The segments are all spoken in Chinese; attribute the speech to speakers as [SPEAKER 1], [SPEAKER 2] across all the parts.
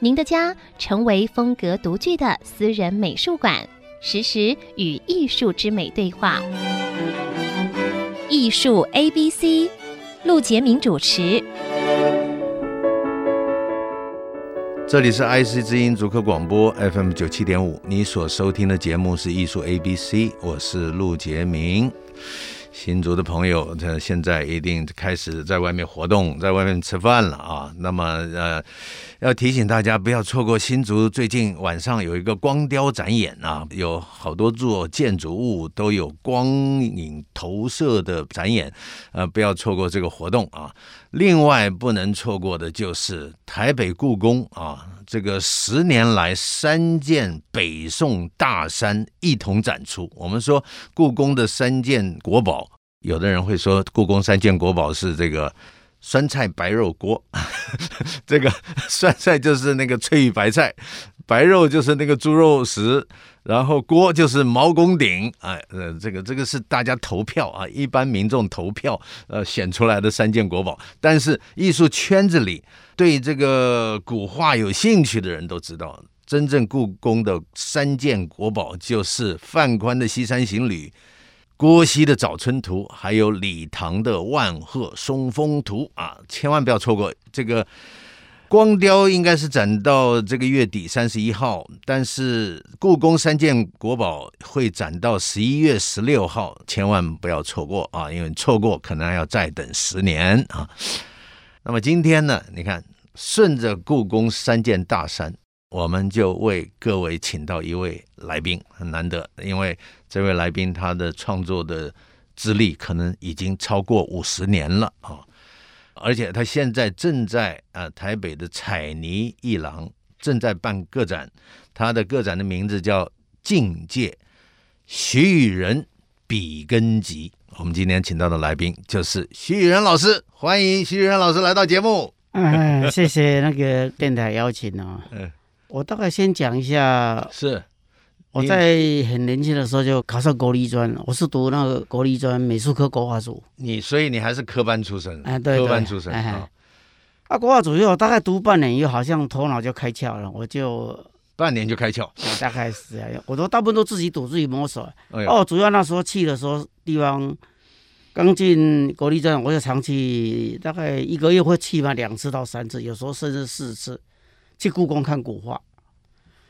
[SPEAKER 1] 您的家成为风格独具的私人美术馆，实时与艺术之美对话。艺术 A B C，陆杰明主持。
[SPEAKER 2] 这里是 IC 之音逐客广播 FM 九七点五，你所收听的节目是艺术 ABC，我是陆杰明。新竹的朋友，这现在一定开始在外面活动，在外面吃饭了啊。那么呃，要提醒大家不要错过新竹最近晚上有一个光雕展演啊，有好多座建筑物都有光影投射的展演，呃，不要错过这个活动啊。另外不能错过的就是台北故宫啊，这个十年来三件北宋大山一同展出。我们说故宫的三件国宝，有的人会说故宫三件国宝是这个酸菜白肉锅， 这个酸菜就是那个翠玉白菜，白肉就是那个猪肉食。然后锅就是毛公鼎，哎，呃，这个这个是大家投票啊，一般民众投票呃选出来的三件国宝。但是艺术圈子里对这个古画有兴趣的人都知道，真正故宫的三件国宝就是范宽的《西山行旅》。郭熙的《早春图》，还有李唐的《万壑松风图》啊，千万不要错过这个光雕应该是展到这个月底三十一号，但是故宫三件国宝会展到十一月十六号，千万不要错过啊！因为错过可能还要再等十年啊。那么今天呢，你看顺着故宫三件大山，我们就为各位请到一位来宾，很难得，因为这位来宾他的创作的资历可能已经超过五十年了啊。而且他现在正在呃台北的彩泥艺廊正在办个展，他的个展的名字叫《境界》，徐宇仁笔根集。我们今天请到的来宾就是徐宇仁老师，欢迎徐宇仁老师来到节目。
[SPEAKER 3] 哎，谢谢那个电台邀请哦
[SPEAKER 2] 嗯。
[SPEAKER 3] 我大概先讲一下，
[SPEAKER 2] 是
[SPEAKER 3] 我在很年轻的时候就考上国立专，我是读那个国立专美术科国画组。
[SPEAKER 2] 你，所以你还是科班出身，
[SPEAKER 3] 哎，对，
[SPEAKER 2] 科班
[SPEAKER 3] 对
[SPEAKER 2] 出身
[SPEAKER 3] 哎哎
[SPEAKER 2] 啊，
[SPEAKER 3] 啊，国画组又大概读半年，又好像头脑就开窍了，我就
[SPEAKER 2] 半年就开窍。
[SPEAKER 3] 哎大概是这样，我都大部分都自己读自己摸索。
[SPEAKER 2] 哎呦，
[SPEAKER 3] 哦，主要那时候去的时候地方，刚进国立站，我就常去，大概一个月会去嘛两次到三次，有时候甚至四次，去故宫看古画。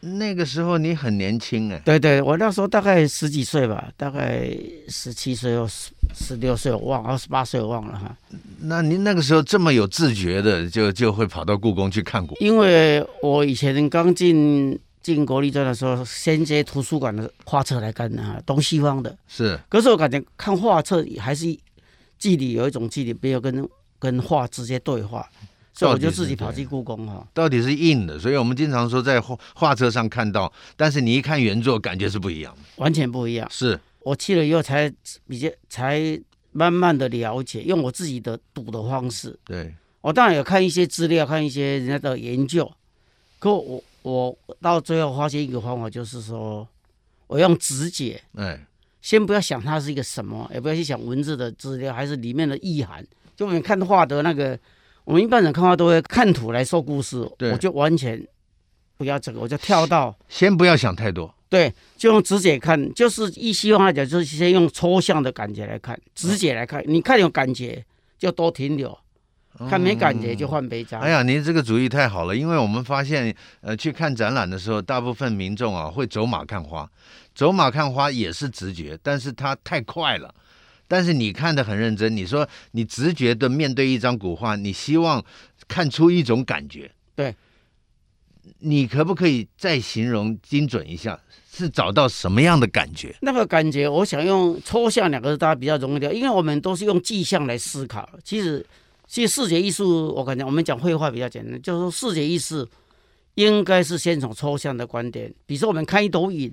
[SPEAKER 2] 那个时候你很年轻哎，
[SPEAKER 3] 对对，我那时候大概十几岁吧，大概十七岁或十十六岁，我忘了，二十八岁我忘了哈。
[SPEAKER 2] 那您那个时候这么有自觉的，就就会跑到故宫去看古。
[SPEAKER 3] 因为我以前刚进进国立站的时候，先接图书馆的画册来看啊，东西方的。
[SPEAKER 2] 是
[SPEAKER 3] 可是我感觉看画册还是距离有一种距离，没有跟跟画直接对话，所以我就自己跑去故宫哈。
[SPEAKER 2] 到底是硬的，所以我们经常说在画画册上看到，但是你一看原作，感觉是不一样的。
[SPEAKER 3] 完全不一样。
[SPEAKER 2] 是
[SPEAKER 3] 我去了以后才比较才慢慢的了解，用我自己的读的方式。
[SPEAKER 2] 对，
[SPEAKER 3] 我哦当然有看一些资料，看一些人家的研究，可我我到最后发现一个方法，就是说我用直觉，
[SPEAKER 2] 哎，
[SPEAKER 3] 先不要想它是一个什么，也不要去想文字的资料，还是里面的意涵。就我们看画的那个，我们一般人看画都会看图来说故事，
[SPEAKER 2] 对
[SPEAKER 3] 我就完全不要这个，我就跳到
[SPEAKER 2] 先不要想太多，
[SPEAKER 3] 对，就用直觉看，就是一西方来讲，就是先用抽象的感觉来看，直觉来看，你看有感觉就多停留，看没感觉就换别张。
[SPEAKER 2] 哎呀，您这个主意太好了，因为我们发现，呃，去看展览的时候，大部分民众啊会走马看花，走马看花也是直觉，但是它太快了。但是你看得很认真，你说你直觉的面对一张古画，你希望看出一种感觉。
[SPEAKER 3] 对，
[SPEAKER 2] 你可不可以再形容精准一下，是找到什么样的感觉？
[SPEAKER 3] 那个感觉，我想用抽象两个字，大家比较容易了，因为我们都是用具象来思考。其实，其实视觉艺术，我感觉我们讲绘画比较简单，就是说视觉艺术应该是先从抽象的观点，比如说我们看一朵云，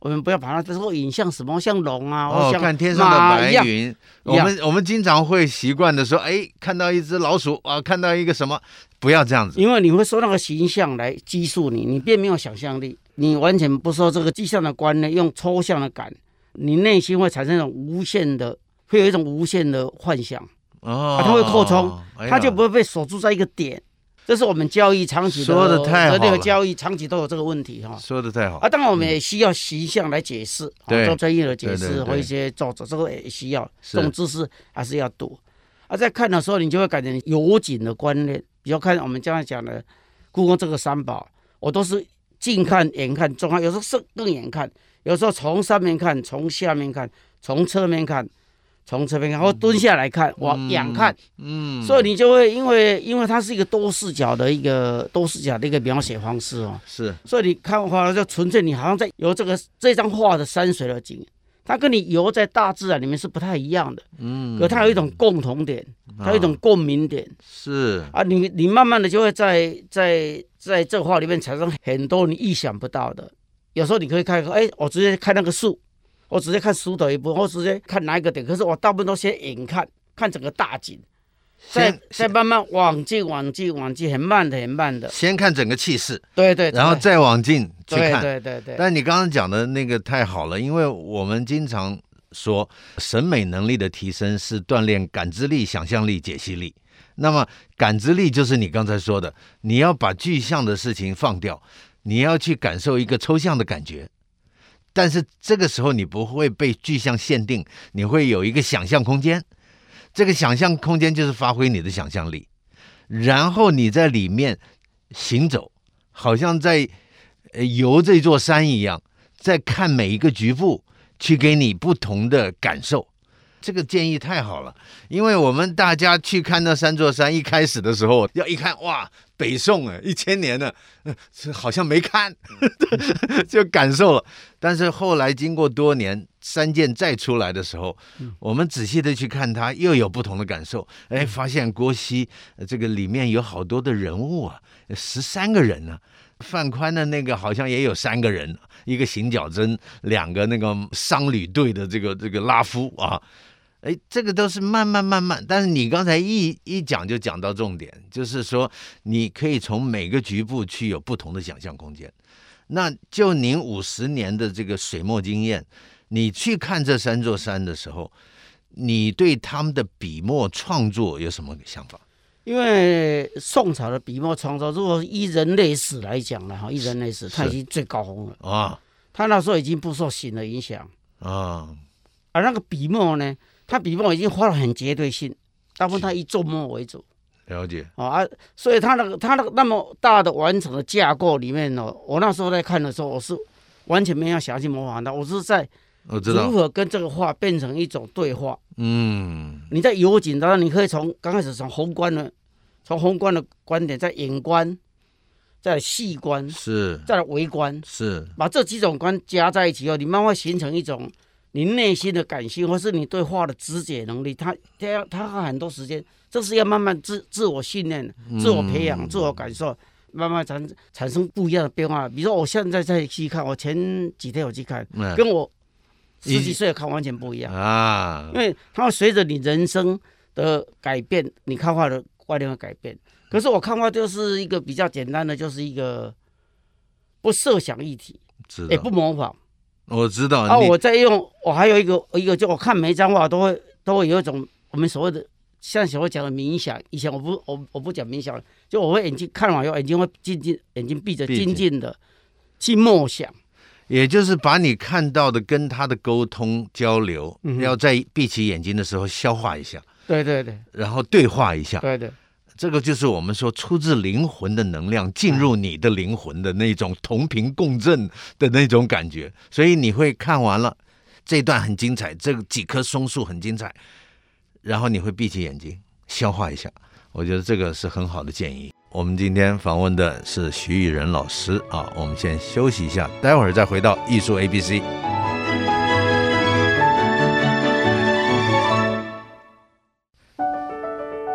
[SPEAKER 3] 我们不要把它这个云像什么像龙啊，
[SPEAKER 2] 哦
[SPEAKER 3] 或，像
[SPEAKER 2] 看天上的
[SPEAKER 3] 马
[SPEAKER 2] 白
[SPEAKER 3] 一样
[SPEAKER 2] 云，我们我们经常会习惯的说，哎，看到一只老鼠啊，看到一个什么，不要这样子。
[SPEAKER 3] 因为你会受那个形象来激素你，你便没有想象力，你完全不受这个具象的观念，用抽象的感，你内心会产生一种无限的，会有一种无限的幻想，
[SPEAKER 2] 哦
[SPEAKER 3] 啊，它会扩充
[SPEAKER 2] 哎呀
[SPEAKER 3] 它就不会被锁住在一个点。这是我们教育长期的
[SPEAKER 2] 说得太好了
[SPEAKER 3] 这个教育长期都有这个问题哈。
[SPEAKER 2] 说的太好
[SPEAKER 3] 啊，。当然我们也需要形象来解释，啊
[SPEAKER 2] 嗯对
[SPEAKER 3] 做专业的解
[SPEAKER 2] 对对
[SPEAKER 3] 释
[SPEAKER 2] 对
[SPEAKER 3] 或一些作者，这个也需要。
[SPEAKER 2] 是
[SPEAKER 3] 这种知识还是要读。啊，在看的时候，你就会感觉你有景的观念，比如看我们刚才讲的故宫这个三宝，我都是近看、远看、中看，有时候是更远看，有时候从上面看，从下面看，从侧面看，从侧面看，或蹲下来看，往仰看。
[SPEAKER 2] 嗯，
[SPEAKER 3] 所以你就会因为因为它是一个多视角的一个多视角的一个描写方式哦，
[SPEAKER 2] 是
[SPEAKER 3] 所以你看画就纯粹你好像在游这个这张画的山水的景，它跟你游在大自然里面是不太一样的，
[SPEAKER 2] 嗯，
[SPEAKER 3] 可它有一种共同点，它有一种
[SPEAKER 2] 啊
[SPEAKER 3] 共鸣点
[SPEAKER 2] 是
[SPEAKER 3] 啊，你你慢慢的就会在在在这画里面产生很多你意想不到的，有时候你可以看，哎，我直接看那个树，我直接看书的一部分，我直接看哪一个点，可是我大部分都先眼看看整个大景。再
[SPEAKER 2] 先
[SPEAKER 3] 再慢慢往进、往进、往进，很慢的、很慢的，
[SPEAKER 2] 先看整个气势，
[SPEAKER 3] 对对，
[SPEAKER 2] 然后再往近去
[SPEAKER 3] 对
[SPEAKER 2] 看。
[SPEAKER 3] 对对对对，
[SPEAKER 2] 但你刚刚讲的那个太好了，因为我们经常说审美能力的提升是锻炼感知力、想象力、解析力。那么感知力就是你刚才说的，你要把具象的事情放掉，你要去感受一个抽象的感觉。但是这个时候你不会被具象限定，你会有一个想象空间。这个想象空间就是发挥你的想象力，然后你在里面行走，好像在呃游这座山一样，在看每一个局部，去给你不同的感受。这个建议太好了，因为我们大家去看那三座山，一开始的时候要一看，哇，北宋啊，一千年了，呃是好像没看， 就感受了。但是后来经过多年，三件再出来的时候，我们仔细的去看它，又有不同的感受。哎，发现郭熙呃这个里面有好多的人物啊，十三个人呢、啊范宽的那个好像也有三个人，一个行脚针，两个那个商旅队的这个这个拉夫啊，哎，这个都是慢慢慢慢。但是你刚才一一讲就讲到重点，就是说你可以从每个局部去有不同的想象空间。那就您五十年的这个水墨经验，你去看这三座山的时候，你对他们的笔墨创作有什么想法？
[SPEAKER 3] 因为宋朝的笔墨创作，如果依人类史来讲了哈，依人类史，
[SPEAKER 2] 是
[SPEAKER 3] 它已经最高峰了，
[SPEAKER 2] 啊
[SPEAKER 3] 它那时候已经不受形的影响，
[SPEAKER 2] 啊，
[SPEAKER 3] 而那个笔墨呢，它笔墨已经画了很绝对性，大部分它以重墨为主。
[SPEAKER 2] 了解，
[SPEAKER 3] 哦啊，所以它那个它那个那么大的完整的架构里面呢、我那时候在看的时候，我是完全没有想要去模仿它，我是在
[SPEAKER 2] 我知道
[SPEAKER 3] 如，何跟这个画变成一种对话。
[SPEAKER 2] 嗯，
[SPEAKER 3] 你在油井当中，你可以从刚开始从宏观的，从宏观的观点，再眼观，再来细观，
[SPEAKER 2] 是
[SPEAKER 3] 再来微观，
[SPEAKER 2] 是，
[SPEAKER 3] 把这几种观加在一起后，你慢慢形成一种你内心的感性，或是你对画的肢解能力。它它要它花很多时间，这是要慢慢自自我训练的、自我培养、自我感受。慢慢产产生不一样的变化，比如说我现在再去看，我前几天我去看，
[SPEAKER 2] 嗯
[SPEAKER 3] 跟我
[SPEAKER 2] 已
[SPEAKER 3] 十几岁的看完全不一样。
[SPEAKER 2] 啊
[SPEAKER 3] 因，为它会随着你人生的改变，你看画的观念会改变。可是我看画就是一个比较简单的，就是一个不设想议题，
[SPEAKER 2] 知
[SPEAKER 3] 也
[SPEAKER 2] 道
[SPEAKER 3] 哎不，模仿。
[SPEAKER 2] 我知道，
[SPEAKER 3] 啊，
[SPEAKER 2] 哦你
[SPEAKER 3] 我在用，我还有一个一个，就我看每一张画都会都会有一种我们所谓的像小会讲的冥想。以前我不我我不讲冥想，就我会眼睛看完以后，眼睛会静静，眼睛闭着，
[SPEAKER 2] 闭着
[SPEAKER 3] 静静的去默想。
[SPEAKER 2] 也就是把你看到的跟他的沟通交流，
[SPEAKER 3] 嗯哼
[SPEAKER 2] 要在闭起眼睛的时候消化一下，
[SPEAKER 3] 对对对
[SPEAKER 2] 然后对话一下，
[SPEAKER 3] 对对，
[SPEAKER 2] 这个就是我们说出自灵魂的能量进入你的灵魂的那种同频共振的那种感觉。所以你会看完了这一段很精彩，这几棵松树很精彩，然后你会闭起眼睛消化一下。我觉得这个是很好的建议。我们今天访问的是徐宇仁老师啊，我们先休息一下，待会儿再回到艺术 A B C。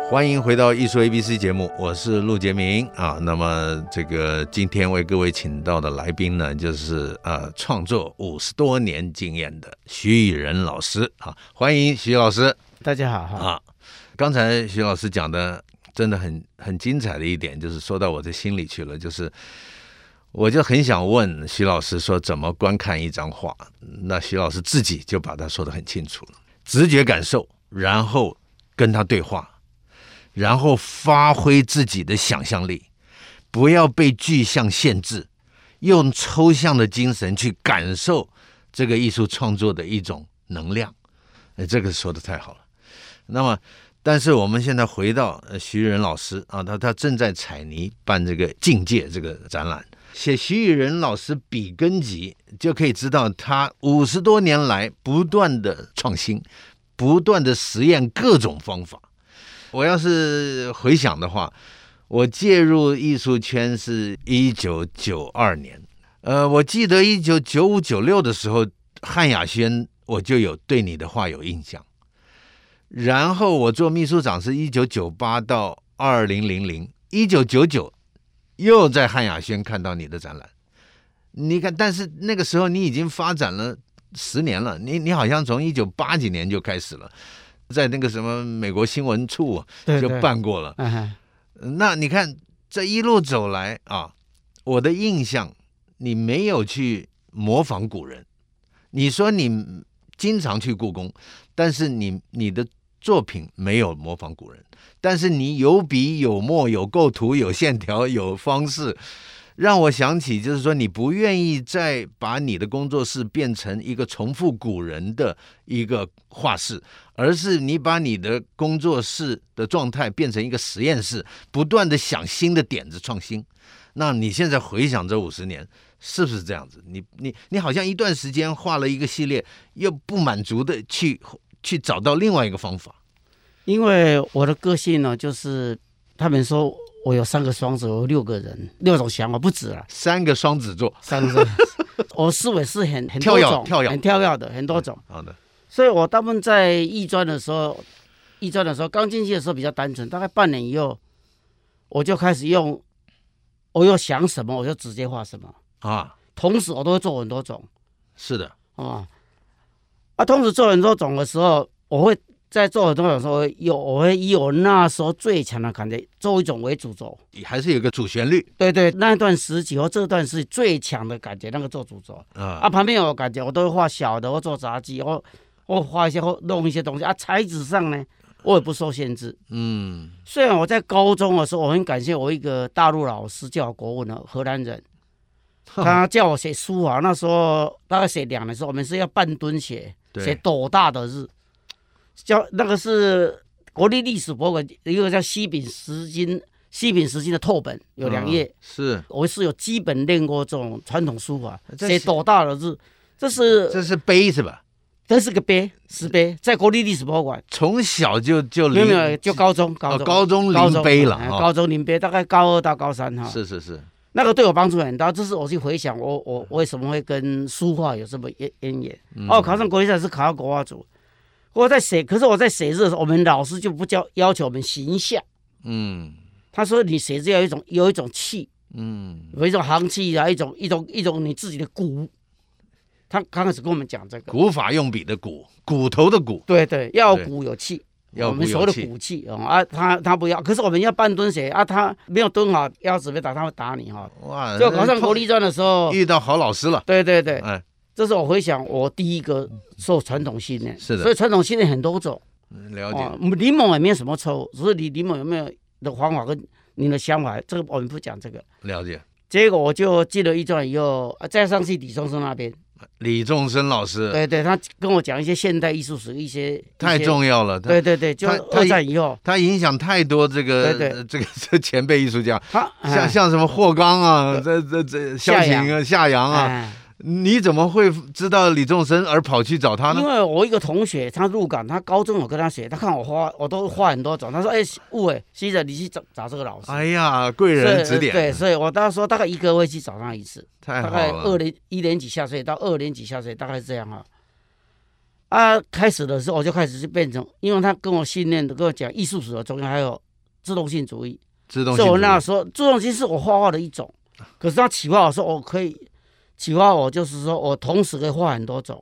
[SPEAKER 2] 欢迎回到艺术 A B C 节目，我是陆杰明啊。那么这个今天为各位请到的来宾呢，就是呃创作五十多年经验的徐以仁老师啊，欢迎徐老师
[SPEAKER 3] 大家好哈，
[SPEAKER 2] 啊。刚才徐老师讲的真的很很精彩的一点，就是说到我的心里去了，就是。我就很想问徐老师说怎么观看一张画，那徐老师自己就把它说得很清楚了，直觉感受，然后跟他对话，然后发挥自己的想象力，不要被具象限制，用抽象的精神去感受这个艺术创作的一种能量。哎，这个说的太好了。那么，但是我们现在回到呃徐仁老师啊，他他正在彩泥办这个境界这个展览。写徐宇仁老师笔耕集，就可以知道他五十多年来不断的创新，不断的实验各种方法。我要是回想的话，我介入艺术圈是一九九二年，呃，我记得一九九五九六的时候，汉雅轩我就有对你的话有印象。然后我做秘书长是一九九八到二零零零，一九九九又在汉雅轩看到你的展览。你看，但是那个时候你已经发展了十年了，你你好像从一九八几年就开始了，在那个什么美国新闻处啊
[SPEAKER 3] 对
[SPEAKER 2] 就
[SPEAKER 3] 对，
[SPEAKER 2] 办过了。
[SPEAKER 3] 嗯哼
[SPEAKER 2] 那你看这一路走来啊，我的印象，你没有去模仿古人。你说你经常去故宫，但是你你的作品没有模仿古人，但是你有笔有墨有构图有线条有方式，让我想起就是说你不愿意再把你的工作室变成一个重复古人的一个画室，而是你把你的工作室的状态变成一个实验室，不断的想新的点子创新。那你现在回想这五十年，是不是这样子？你你你好像一段时间画了一个系列，又不满足的去去找到另外一个方法。
[SPEAKER 3] 因为我的个性呢，就是他们说我有三个双子，我有六个人，六种想法不止 了，
[SPEAKER 2] 三个双子座，
[SPEAKER 3] 三个。我思维是很很多
[SPEAKER 2] 跳跃
[SPEAKER 3] 种，
[SPEAKER 2] 跳跃
[SPEAKER 3] 很跳跃的，很多种。
[SPEAKER 2] 好的，
[SPEAKER 3] 所以我大部分在艺专的时候，艺专的时候刚进去的时候比较单纯，大概半年以后，我就开始用，我又想什么我就直接画什么，
[SPEAKER 2] 啊，
[SPEAKER 3] 同时我都会做很多种
[SPEAKER 2] 是的，
[SPEAKER 3] 哦。啊，同时做很多种的时候，我会在做很多种的时候，有我会以我那时候最强的感觉做一种为主轴。
[SPEAKER 2] 还是有个主旋律
[SPEAKER 3] 对对，那一段时期和这段是最强的感觉，那个做主轴。啊，
[SPEAKER 2] 啊
[SPEAKER 3] 旁边有感觉，我都会画小的，或做杂技，或或画一些或弄一些东西啊。材质上呢，我也不受限制。
[SPEAKER 2] 嗯
[SPEAKER 3] 虽然我在高中的时候，我很感谢我一个大陆老师教我国文的荷兰人，他叫我写书法，那时候大概写两年的时候，我们是要半蹲写，
[SPEAKER 2] 对
[SPEAKER 3] 写斗大的日，叫那个是国立历史博物馆一个叫西饼十金西饼十金的透本，有两页。
[SPEAKER 2] 嗯是，
[SPEAKER 3] 我是有基本练过这种传统书法，
[SPEAKER 2] 这
[SPEAKER 3] 写
[SPEAKER 2] 是
[SPEAKER 3] 斗大的日，这是
[SPEAKER 2] 这是悲是吧？
[SPEAKER 3] 这是个碑，石碑，在国立历史博物馆。
[SPEAKER 2] 从小就就
[SPEAKER 3] 没有
[SPEAKER 2] 领
[SPEAKER 3] 没有，就高中，高
[SPEAKER 2] 哦
[SPEAKER 3] 中，
[SPEAKER 2] 高中
[SPEAKER 3] 高
[SPEAKER 2] 临碑了
[SPEAKER 3] 哎
[SPEAKER 2] 啊
[SPEAKER 3] 高中临碑，大概高二到高三哈。
[SPEAKER 2] 是是是，
[SPEAKER 3] 那个对我帮助很大。这是我去回想我，我我为什么会跟书画有这么渊渊源。
[SPEAKER 2] 嗯
[SPEAKER 3] 哦，考上国际赛是考到国画组，我在写，可是我在写字的时候，我们老师就不教要求我们形象，
[SPEAKER 2] 嗯
[SPEAKER 3] 他说你写字要有一种有一种气，
[SPEAKER 2] 嗯，
[SPEAKER 3] 有一种行气啊，一种一种一种你自己的骨。他刚开始跟我们讲这个，
[SPEAKER 2] 古法用笔的骨，骨头的骨，
[SPEAKER 3] 对对，要有
[SPEAKER 2] 对
[SPEAKER 3] 骨有气。
[SPEAKER 2] 要
[SPEAKER 3] 我们
[SPEAKER 2] 骨
[SPEAKER 3] 所谓
[SPEAKER 2] 有
[SPEAKER 3] 的
[SPEAKER 2] 气，
[SPEAKER 3] 骨气哦啊，他他不要，可是我们要半蹲鞋啊，他没有蹲好，腰子被打，他会打你哈、
[SPEAKER 2] 哇
[SPEAKER 3] 就考上国立专的时候，
[SPEAKER 2] 遇到好老师了，
[SPEAKER 3] 对对对，
[SPEAKER 2] 哎，
[SPEAKER 3] 这是我回想我第一个受传统训练，
[SPEAKER 2] 嗯是的
[SPEAKER 3] 所以传统训练很多种
[SPEAKER 2] 了
[SPEAKER 3] 哦
[SPEAKER 2] 解，，
[SPEAKER 3] 柠檬也没有什么错，只是你柠檬有没有的方法跟你的想法，这个我们不讲这个。
[SPEAKER 2] 了解。
[SPEAKER 3] 结果我就进了一专以后，啊再上去李宗盛那边，
[SPEAKER 2] 李仲生老师
[SPEAKER 3] 对对，他跟我讲一些现代艺术史一些，
[SPEAKER 2] 太
[SPEAKER 3] 一些，
[SPEAKER 2] 重要了，他
[SPEAKER 3] 对对对，就
[SPEAKER 2] 他他
[SPEAKER 3] 二战以后，
[SPEAKER 2] 他影响太多这个
[SPEAKER 3] 对对
[SPEAKER 2] 呃这个这前辈艺术家，
[SPEAKER 3] 他
[SPEAKER 2] 像像什么霍刚啊，这这这
[SPEAKER 3] 夏
[SPEAKER 2] 萧
[SPEAKER 3] 阳
[SPEAKER 2] 琴啊、夏阳啊，
[SPEAKER 3] 啊。
[SPEAKER 2] 你怎么会知道李仲生而跑去找他
[SPEAKER 3] 因
[SPEAKER 2] 呢？
[SPEAKER 3] 为我一个同学，他入港，他高中我跟他学，他看我画，我都画很多种。他说：“哎、误哎，西着你去找找这个老师。
[SPEAKER 2] 哎呀，贵
[SPEAKER 3] 所以呃
[SPEAKER 2] 人指
[SPEAKER 3] 对，
[SPEAKER 2] 点，
[SPEAKER 3] 所以我当时说大概一个会去找他一次，
[SPEAKER 2] 太好
[SPEAKER 3] 大概二
[SPEAKER 2] 了，
[SPEAKER 3] 年一年级下水到二年级下水，大概是这样啊。啊，开始的时候我就开始就变成，因为他跟我训练的跟我讲艺术史的重要，还有自动性主义。
[SPEAKER 2] 自动
[SPEAKER 3] 所
[SPEAKER 2] 性
[SPEAKER 3] 以
[SPEAKER 2] 主义。
[SPEAKER 3] 我那时候自动性是我画画的一种，可是他启发我说我可以启发我，就是说我同时可以画很多种，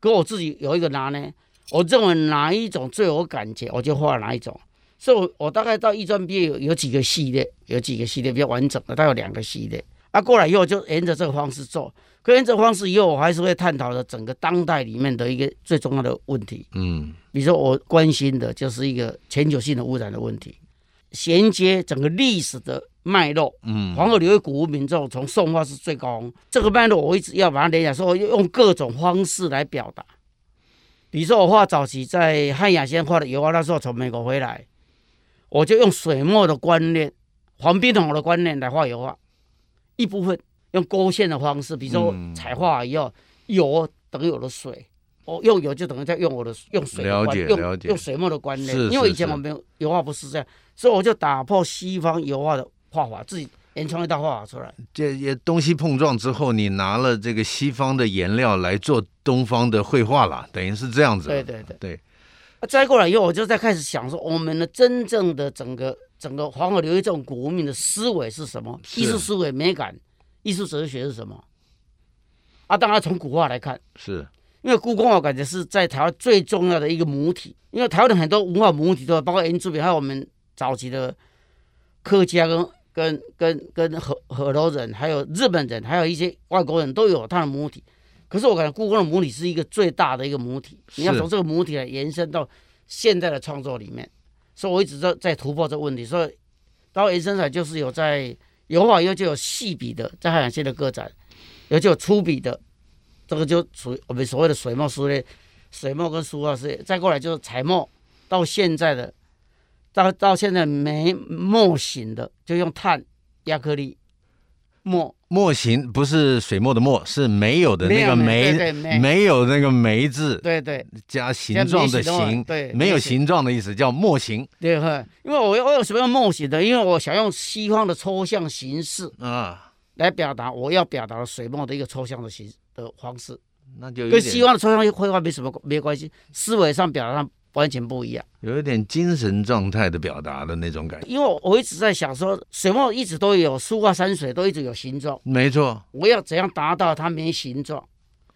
[SPEAKER 3] 可我自己有一个拿呢，我认为哪一种最有感觉，我就画哪一种。所以我，我大概到艺专毕业有有几个系列，有几个系列比较完整的，大概有两个系列。啊，过来以后就沿着这个方式做，可沿着这个方式以后，我还是会探讨了整个当代里面的一个最重要的问题。
[SPEAKER 2] 嗯
[SPEAKER 3] 比如说我关心的就是一个全球性的污染的问题，衔接整个历史的脉络。
[SPEAKER 2] 嗯，
[SPEAKER 3] 黄河流域古文明之后，从宋化是最高峰，这个脉络我一直要把它联想，说用各种方式来表达。比如说我画早期在汉雅先画的油画，那时候从美国回来，我就用水墨的观念、黄宾虹的观念来画油画，一部分用勾线的方式，比如说
[SPEAKER 2] 嗯
[SPEAKER 3] 彩画以后，油等于我的水，我用油就等于在用我的用水的
[SPEAKER 2] 了
[SPEAKER 3] 观
[SPEAKER 2] 解
[SPEAKER 3] 用
[SPEAKER 2] 了解
[SPEAKER 3] 用水墨的观念
[SPEAKER 2] 是，
[SPEAKER 3] 因为
[SPEAKER 2] 是
[SPEAKER 3] 以前
[SPEAKER 2] 是
[SPEAKER 3] 我没有油画不是这样，所以我就打破西方油画的画法，自己研创一道画法出来。
[SPEAKER 2] 这些东西碰撞之后，你拿了这个西方的颜料来做东方的绘画了，等于是这样子。
[SPEAKER 3] 对对对
[SPEAKER 2] 对，
[SPEAKER 3] 啊再过来以后，我就再开始想说，我们的真正的整个整个黄河流域这种古文明的思维是什么？
[SPEAKER 2] 是
[SPEAKER 3] 艺术思维、美感、艺术哲学是什么？啊，当然从古画来看，
[SPEAKER 2] 是
[SPEAKER 3] 因为故宫我感觉是在台湾最重要的一个母体，因为台湾的很多文化母体都有包括原住民，还有我们早期的客家跟跟跟跟和和罗人，还有日本人，还有一些外国人都有他的母体。可是我感觉故宫的母体是一个最大的一个母体，
[SPEAKER 2] 是
[SPEAKER 3] 你要从这个母体来延伸到现在的创作里面，所以我一直在在突破这个问题，所以到延伸来就是有在油画以后就有细笔的，在海洋线的个展，有就有粗笔的，这个就属于我们所谓的水墨书类，水墨跟书画是，再过来就是彩墨，到现在的，到到现在没墨型的，就用碳、亚克力、墨，
[SPEAKER 2] 墨形，不是水墨的墨，是没有的那个
[SPEAKER 3] 没有
[SPEAKER 2] 没，
[SPEAKER 3] 对对没，
[SPEAKER 2] 没有那个梅字
[SPEAKER 3] 对对
[SPEAKER 2] 加形状的
[SPEAKER 3] 加没形
[SPEAKER 2] 形，
[SPEAKER 3] 对
[SPEAKER 2] 没有
[SPEAKER 3] 没形
[SPEAKER 2] 形状的意思叫墨形
[SPEAKER 3] 对，呵因为我要我有什么样墨型的？因为我想用西方的抽象形式
[SPEAKER 2] 啊，
[SPEAKER 3] 来表达我要表达的水墨的一个抽象的形的方式，
[SPEAKER 2] 那就有
[SPEAKER 3] 跟西
[SPEAKER 2] 点
[SPEAKER 3] 方的抽象绘画没什么没关系，思维上表达上完全不一样。
[SPEAKER 2] 有一点精神状态的表达的那种感觉。
[SPEAKER 3] 因为我我一直在想说，水墨一直都有，书画山水都一直有形状，
[SPEAKER 2] 没错，
[SPEAKER 3] 我要怎样达到它没形状？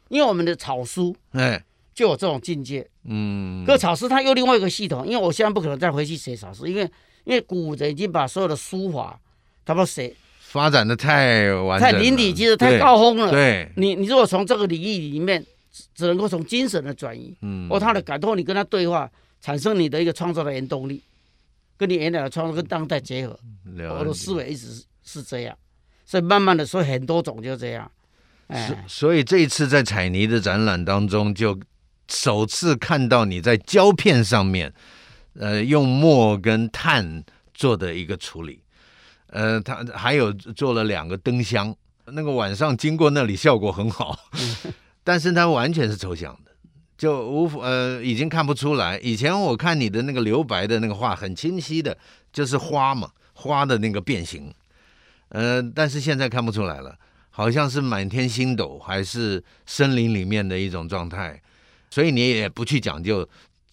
[SPEAKER 3] 因为我们的草书
[SPEAKER 2] 哎，
[SPEAKER 3] 就有这种境界，
[SPEAKER 2] 嗯，
[SPEAKER 3] 可草诗它又另外一个系统，因为我现在不可能再回去写草诗，因为因为古人已经把所有的书法，他们写
[SPEAKER 2] 发展的太完整
[SPEAKER 3] 太
[SPEAKER 2] 了，
[SPEAKER 3] 淋漓尽致，太
[SPEAKER 2] 对
[SPEAKER 3] 高峰了。
[SPEAKER 2] 对，
[SPEAKER 3] 你你如果从这个领域里面，只只能够从精神的转移，
[SPEAKER 2] 嗯，
[SPEAKER 3] 或他的感动，你跟他对话，产生你的一个创造的原动力，跟你原来的创作跟当代结合。
[SPEAKER 2] 了
[SPEAKER 3] 我的
[SPEAKER 2] 解
[SPEAKER 3] 思维一直是是这样，所以慢慢的，所以很多种就这样。
[SPEAKER 2] 所
[SPEAKER 3] 哎，
[SPEAKER 2] 所以这一次在彩泥的展览当中，就首次看到你在胶片上面，呃，用墨跟碳做的一个处理，呃，它还有做了两个灯箱，那个晚上经过那里效果很好， 但是它完全是抽象的。就无法呃，已经看不出来。以前我看你的那个留白的那个画很清晰的，就是花嘛，花的那个变形，呃，但是现在看不出来了。好像是满天星斗，还是森林里面的一种状态，所以你也不去讲究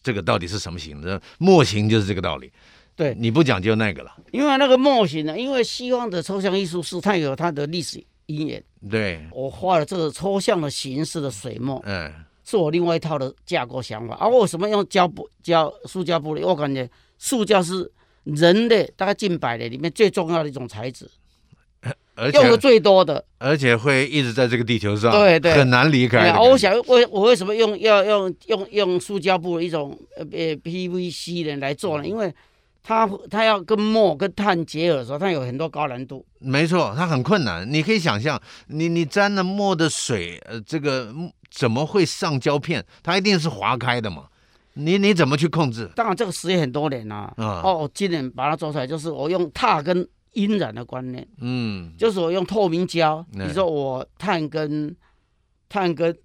[SPEAKER 2] 这个到底是什么形的，墨形就是这个道理。
[SPEAKER 3] 对，
[SPEAKER 2] 你不讲究那个了，
[SPEAKER 3] 因为那个墨型呢，因为西方的抽象艺术是它有它的历史因缘。
[SPEAKER 2] 对，
[SPEAKER 3] 我画了这个抽象的形式的水墨，
[SPEAKER 2] 嗯、
[SPEAKER 3] 是我另外一套的架构想法。而、啊、我为什么用胶布、胶塑胶布呢？我感觉塑胶是人类大概近百年里面最重要的一种材质，
[SPEAKER 2] 而
[SPEAKER 3] 用的
[SPEAKER 2] 且
[SPEAKER 3] 最多的。
[SPEAKER 2] 而且会一直在这个地球上，
[SPEAKER 3] 对对
[SPEAKER 2] 很难离开
[SPEAKER 3] 哎
[SPEAKER 2] 的
[SPEAKER 3] 呀
[SPEAKER 2] 感觉。
[SPEAKER 3] 我想为我为什么用要用用用塑胶布的一种呃呃 PVC 的来做呢？因为它它要跟墨跟碳结合的时候，它有很多高难度。
[SPEAKER 2] 没错，它很困难。你可以想象，你你沾了墨的水，呃，这个嗯怎么会上胶片？它一定是划开的嘛。你你怎么去控制？
[SPEAKER 3] 当然这个实验很多年啦、
[SPEAKER 2] 啊
[SPEAKER 3] 哦，我今年把它做出来，就是我用碳跟阴染的观念，
[SPEAKER 2] 嗯，
[SPEAKER 3] 就是我用透明胶，
[SPEAKER 2] 嗯
[SPEAKER 3] 你说我碳跟碳跟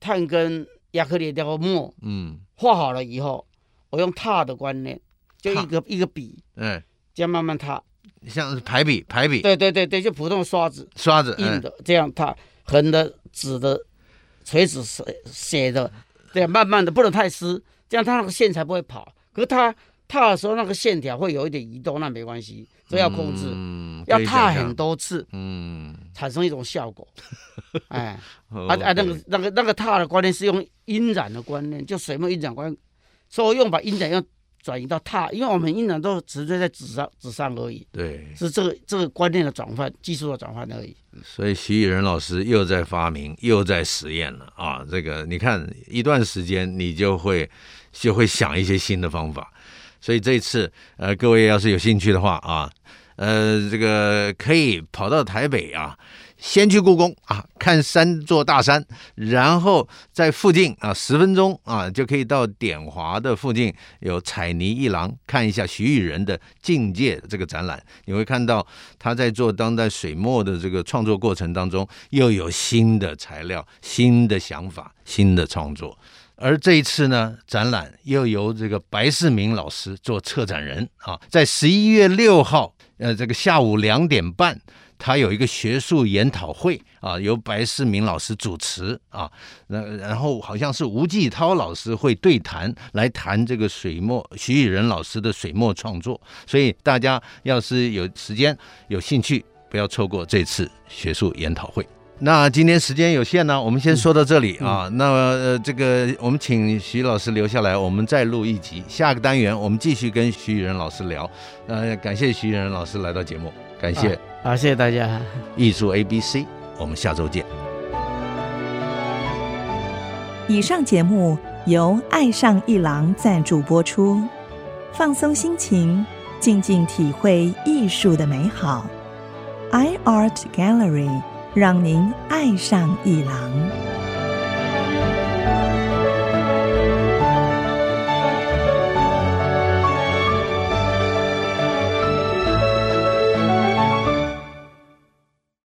[SPEAKER 3] 碳跟亚克力然后墨
[SPEAKER 2] 嗯，
[SPEAKER 3] 画好了以后，我用踏的观念，就一个一个笔
[SPEAKER 2] 哎，
[SPEAKER 3] 这样慢慢踏，
[SPEAKER 2] 像是排比排比，
[SPEAKER 3] 对对对对，就普通的刷子。
[SPEAKER 2] 刷子，哎
[SPEAKER 3] 硬的，这样它横的、直的、垂直写写的，对，慢慢的不能太湿，这样它那个线才不会跑。可是它踏的时候，那个线条会有一点移动，那没关系，这要控制，
[SPEAKER 2] 嗯，
[SPEAKER 3] 要
[SPEAKER 2] 可以
[SPEAKER 3] 踏
[SPEAKER 2] 想象
[SPEAKER 3] 很，多次
[SPEAKER 2] 嗯，
[SPEAKER 3] 产生一种效果。 哎，
[SPEAKER 2] 啊
[SPEAKER 3] 啊啊，那个那个那个踏的观念是用阴染的观念，就水墨阴染观，所以用把阴染要转移到踏，因为我们阴染都只是在纸上纸上而已，
[SPEAKER 2] 对，
[SPEAKER 3] 是这个这个观念的转换，技术的转换而已。
[SPEAKER 2] 所以徐以仁老师又在发明，又在实验了啊！这个你看，一段时间你就会就会想一些新的方法。所以这一次，呃，各位要是有兴趣的话啊，呃，这个可以跑到台北啊，先去故宫啊，看三座大山，然后在附近啊十分钟啊就可以到典华的附近有彩泥一廊看一下徐以仁的《境界》这个展览，你会看到他在做当代水墨的这个创作过程当中，又有新的材料、新的想法、新的创作。而这一次呢，展览又由这个白世明老师做策展人啊，在十一月六号，呃，这个下午两点半，他有一个学术研讨会啊，由白世明老师主持啊，那然后好像是吴继涛老师会对谈，来谈这个水墨徐以仁老师的水墨创作，所以大家要是有时间有兴趣，不要错过这次学术研讨会。那今天时间有限呢，我们先说到这里啊。那呃，这个我们请徐老师留下来，我们再录一集。下个单元我们继续跟徐以仁老师聊。呃，感谢徐以仁老师来到节目，感谢
[SPEAKER 3] 好，谢谢大家。
[SPEAKER 2] 艺术 A B C，、我们下周见。
[SPEAKER 4] 以上节目由爱上一郎赞助播出，放松心情，静静体会艺术的美好。iArt Gallery 让您爱上一郎。